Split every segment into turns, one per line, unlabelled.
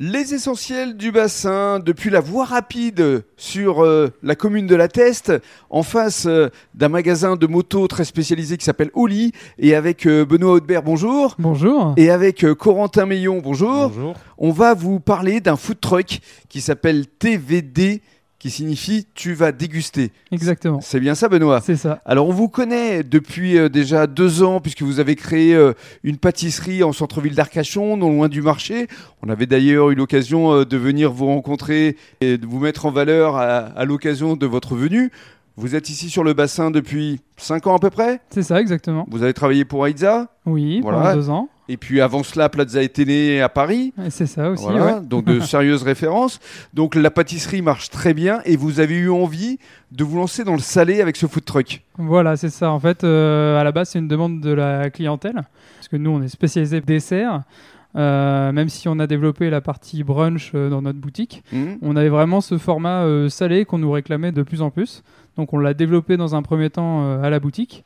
Les essentiels du bassin, depuis la voie rapide sur euh, la commune de la Teste, en face euh, d'un magasin de motos très spécialisé qui s'appelle Oli, et avec euh, Benoît Haudebert, bonjour,
Bonjour.
et avec euh, Corentin Meillon, bonjour,
Bonjour.
on va vous parler d'un food truck qui s'appelle TVD, qui signifie Tu vas déguster.
Exactement.
C'est bien ça, Benoît
C'est ça.
alors on vous connaît depuis euh, déjà deux ans puisque vous avez créé euh, une pâtisserie en centre-ville d'Arcachon, non loin du marché. On avait d'ailleurs eu l'occasion euh, de venir vous rencontrer et de vous mettre en valeur à, à l'occasion de votre venue. Vous êtes ici sur le bassin depuis cinq ans à peu près.
C'est ça, exactement.
Vous avez travaillé pour Aïdza.
Oui,
Voilà.
pendant deux ans.
Et puis avant cela, Plaza était né à Paris.
Et c'est ça aussi.
Voilà,
ouais.
donc de sérieuses références. Donc la pâtisserie marche très bien et vous avez eu envie de vous lancer dans le salé avec ce food truck.
Voilà, c'est ça. En fait, euh, à la base, c'est une demande de la clientèle. Parce que nous, on est spécialisé dessert. Euh, même si on a développé la partie brunch euh, dans notre boutique,
Hmm
on avait vraiment ce format euh, salé qu'on nous réclamait de plus en plus. Donc on l'a développé dans un premier temps euh, à la boutique.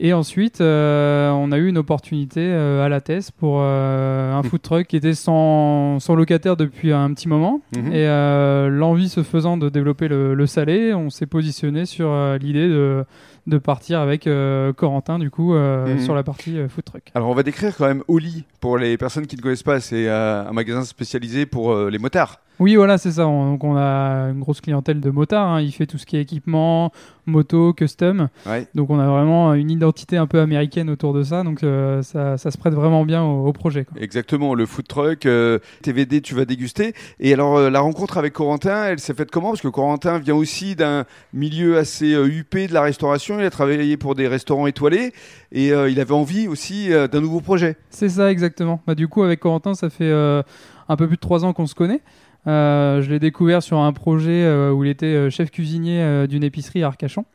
Et ensuite, euh, on a eu une opportunité euh, à la TES pour euh,
Mmh.
un food truck qui était sans, sans locataire depuis un petit moment.
Mhm.
Et euh, l'envie se faisant de développer le, le salé, on s'est positionné sur euh, l'idée de, de partir avec euh, Corentin, du coup, euh,
Mhm.
sur la partie euh, food truck.
Alors on va décrire quand même Oli pour les personnes qui ne connaissent pas. C'est euh, un magasin spécialisé pour euh, les motards.
Oui, voilà, c'est ça. On, donc on a une grosse clientèle de motards. hein. Il fait tout ce qui est équipement, moto, custom.
Ouais.
Donc on a vraiment une identité un peu américaine autour de ça. Donc euh, ça, ça se prête vraiment bien au, au projet. quoi.
Exactement, le food truck, euh, TVD, tu vas déguster. Et alors euh, la rencontre avec Corentin, elle s'est faite comment Parce que Corentin vient aussi d'un milieu assez euh, huppé de la restauration. Il a travaillé pour des restaurants étoilés et euh, il avait envie aussi euh, d'un nouveau projet.
C'est ça, exactement. Bah, du coup, avec Corentin, ça fait euh, un peu plus de trois ans qu'on se connaît. Euh, je l'ai découvert sur un projet euh, où il était euh, chef cuisinier euh, d'une épicerie à Arcachon.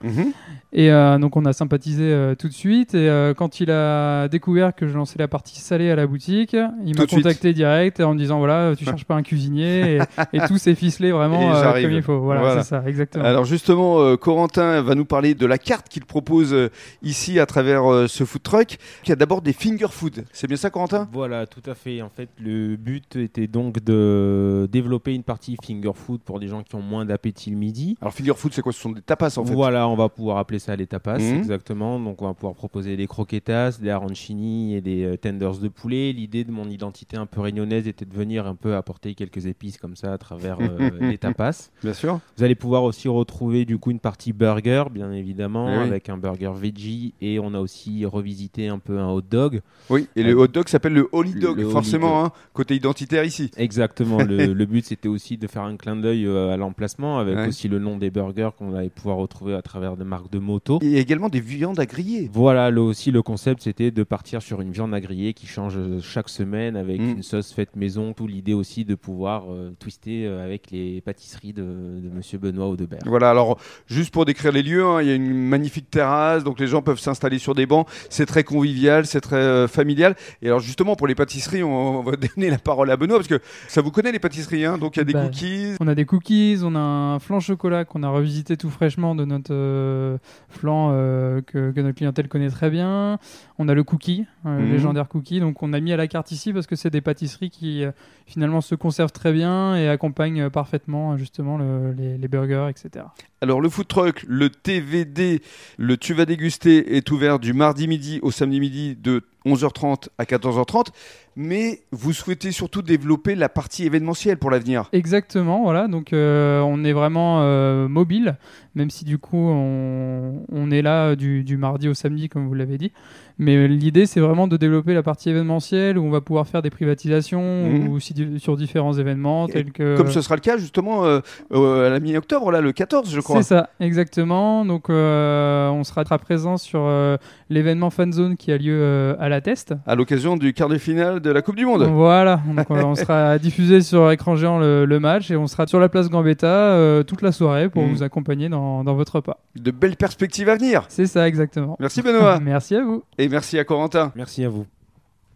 Et euh, donc on a sympathisé euh, tout de suite. Et euh, quand il a découvert que je lançais la partie salée à la boutique, il
Tout
m'a
de suite.
contacté direct en me disant voilà, tu cherches pas un cuisinier et, et tout s'est ficelé
Et
vraiment euh,
j'arrive.
comme il faut. Voilà,
Voilà.
c'est ça, exactement.
Alors justement, euh, Corentin va nous parler de la carte qu'il propose euh, ici à travers euh, ce food truck. Il y a d'abord des finger food. C'est bien ça, Corentin
Voilà, tout à fait. En fait, le but était donc de développer une partie finger food pour les gens qui ont moins d'appétit le midi.
Alors finger food, c'est quoi Ce sont des tapas en fait.
Voilà, on va pouvoir appeler ça les tapas,
Mhm.
exactement. Donc, on va pouvoir proposer des croquetas, des arancini et des euh, tenders de poulet. L'idée de mon identité un peu réunionnaise était de venir un peu apporter quelques épices comme ça à travers euh, les tapas.
Bien sûr.
Vous allez pouvoir aussi retrouver du coup une partie burger, bien évidemment,
Eh oui.
avec un burger veggie. Et on a aussi revisité un peu un hot dog.
Oui, et le
Euh,
hot dog s'appelle le holy
le
dog,
holy
forcément, hein, côté identitaire ici.
Exactement. le, le but, c'était aussi de faire un clin d'œil euh, à l'emplacement, avec
Ouais.
aussi le nom des burgers qu'on allait pouvoir retrouver à travers des marques de moto.
Il y a également des viandes à griller.
Voilà, là aussi, le concept, c'était de partir sur une viande à griller qui change euh, chaque semaine avec
Mm.
une sauce faite maison. Tout l'idée aussi de pouvoir euh, twister euh, avec les pâtisseries de, de Monsieur Benoît Audebert.
Voilà, alors juste pour décrire les lieux, hein, il y a une magnifique terrasse, donc les gens peuvent s'installer sur des bancs, c'est très convivial, c'est très euh, familial. Et alors justement, pour les pâtisseries, on, on va donner la parole à Benoît, parce que ça vous connaît les pâtisseries, hein, donc il y a des
Bah,
cookies.
On a des cookies, on a un flan chocolat qu'on a revisité tout fraîchement de notre euh, flan euh, que, que notre clientèle connaît très bien. On a le cookie, euh, le
Mhm.
légendaire cookie, donc on a mis à la carte ici parce que c'est des pâtisseries qui euh, finalement se conservent très bien et accompagnent euh, parfaitement euh, justement le- les, les burgers, etc.
Alors le food truck, le TVD, le Tu vas déguster est ouvert du mardi midi au samedi midi de 11h30 à 14h30, mais vous souhaitez surtout développer la partie événementielle pour l'avenir.
Exactement, voilà. Donc euh, on est vraiment euh, mobile, même si du coup on, on est là euh, du, du mardi au samedi, comme vous l'avez dit. Mais euh, l'idée, c'est vraiment de développer la partie événementielle où on va pouvoir faire des privatisations
Mhm.
ou si- sur différents événements
Et
tels que.
Comme ce sera le cas justement euh, euh, à la mi-octobre, là, le 14, je crois.
C'est ça, exactement. Donc euh, on sera très présent sur euh, l'événement Fan Zone qui a lieu euh, à la Teste.
À l'occasion du quart de finale de la Coupe du Monde.
Voilà, donc euh, on, on sera diffusé sur écran géant le, le match et on sera sur la place Gambetta euh, toute la soirée pour
Mhm.
vous accompagner dans, dans votre repas.
De belles perspectives à venir.
C'est ça, exactement.
Merci Benoît
Merci à vous.
et merci à Corentin.
Merci à vous.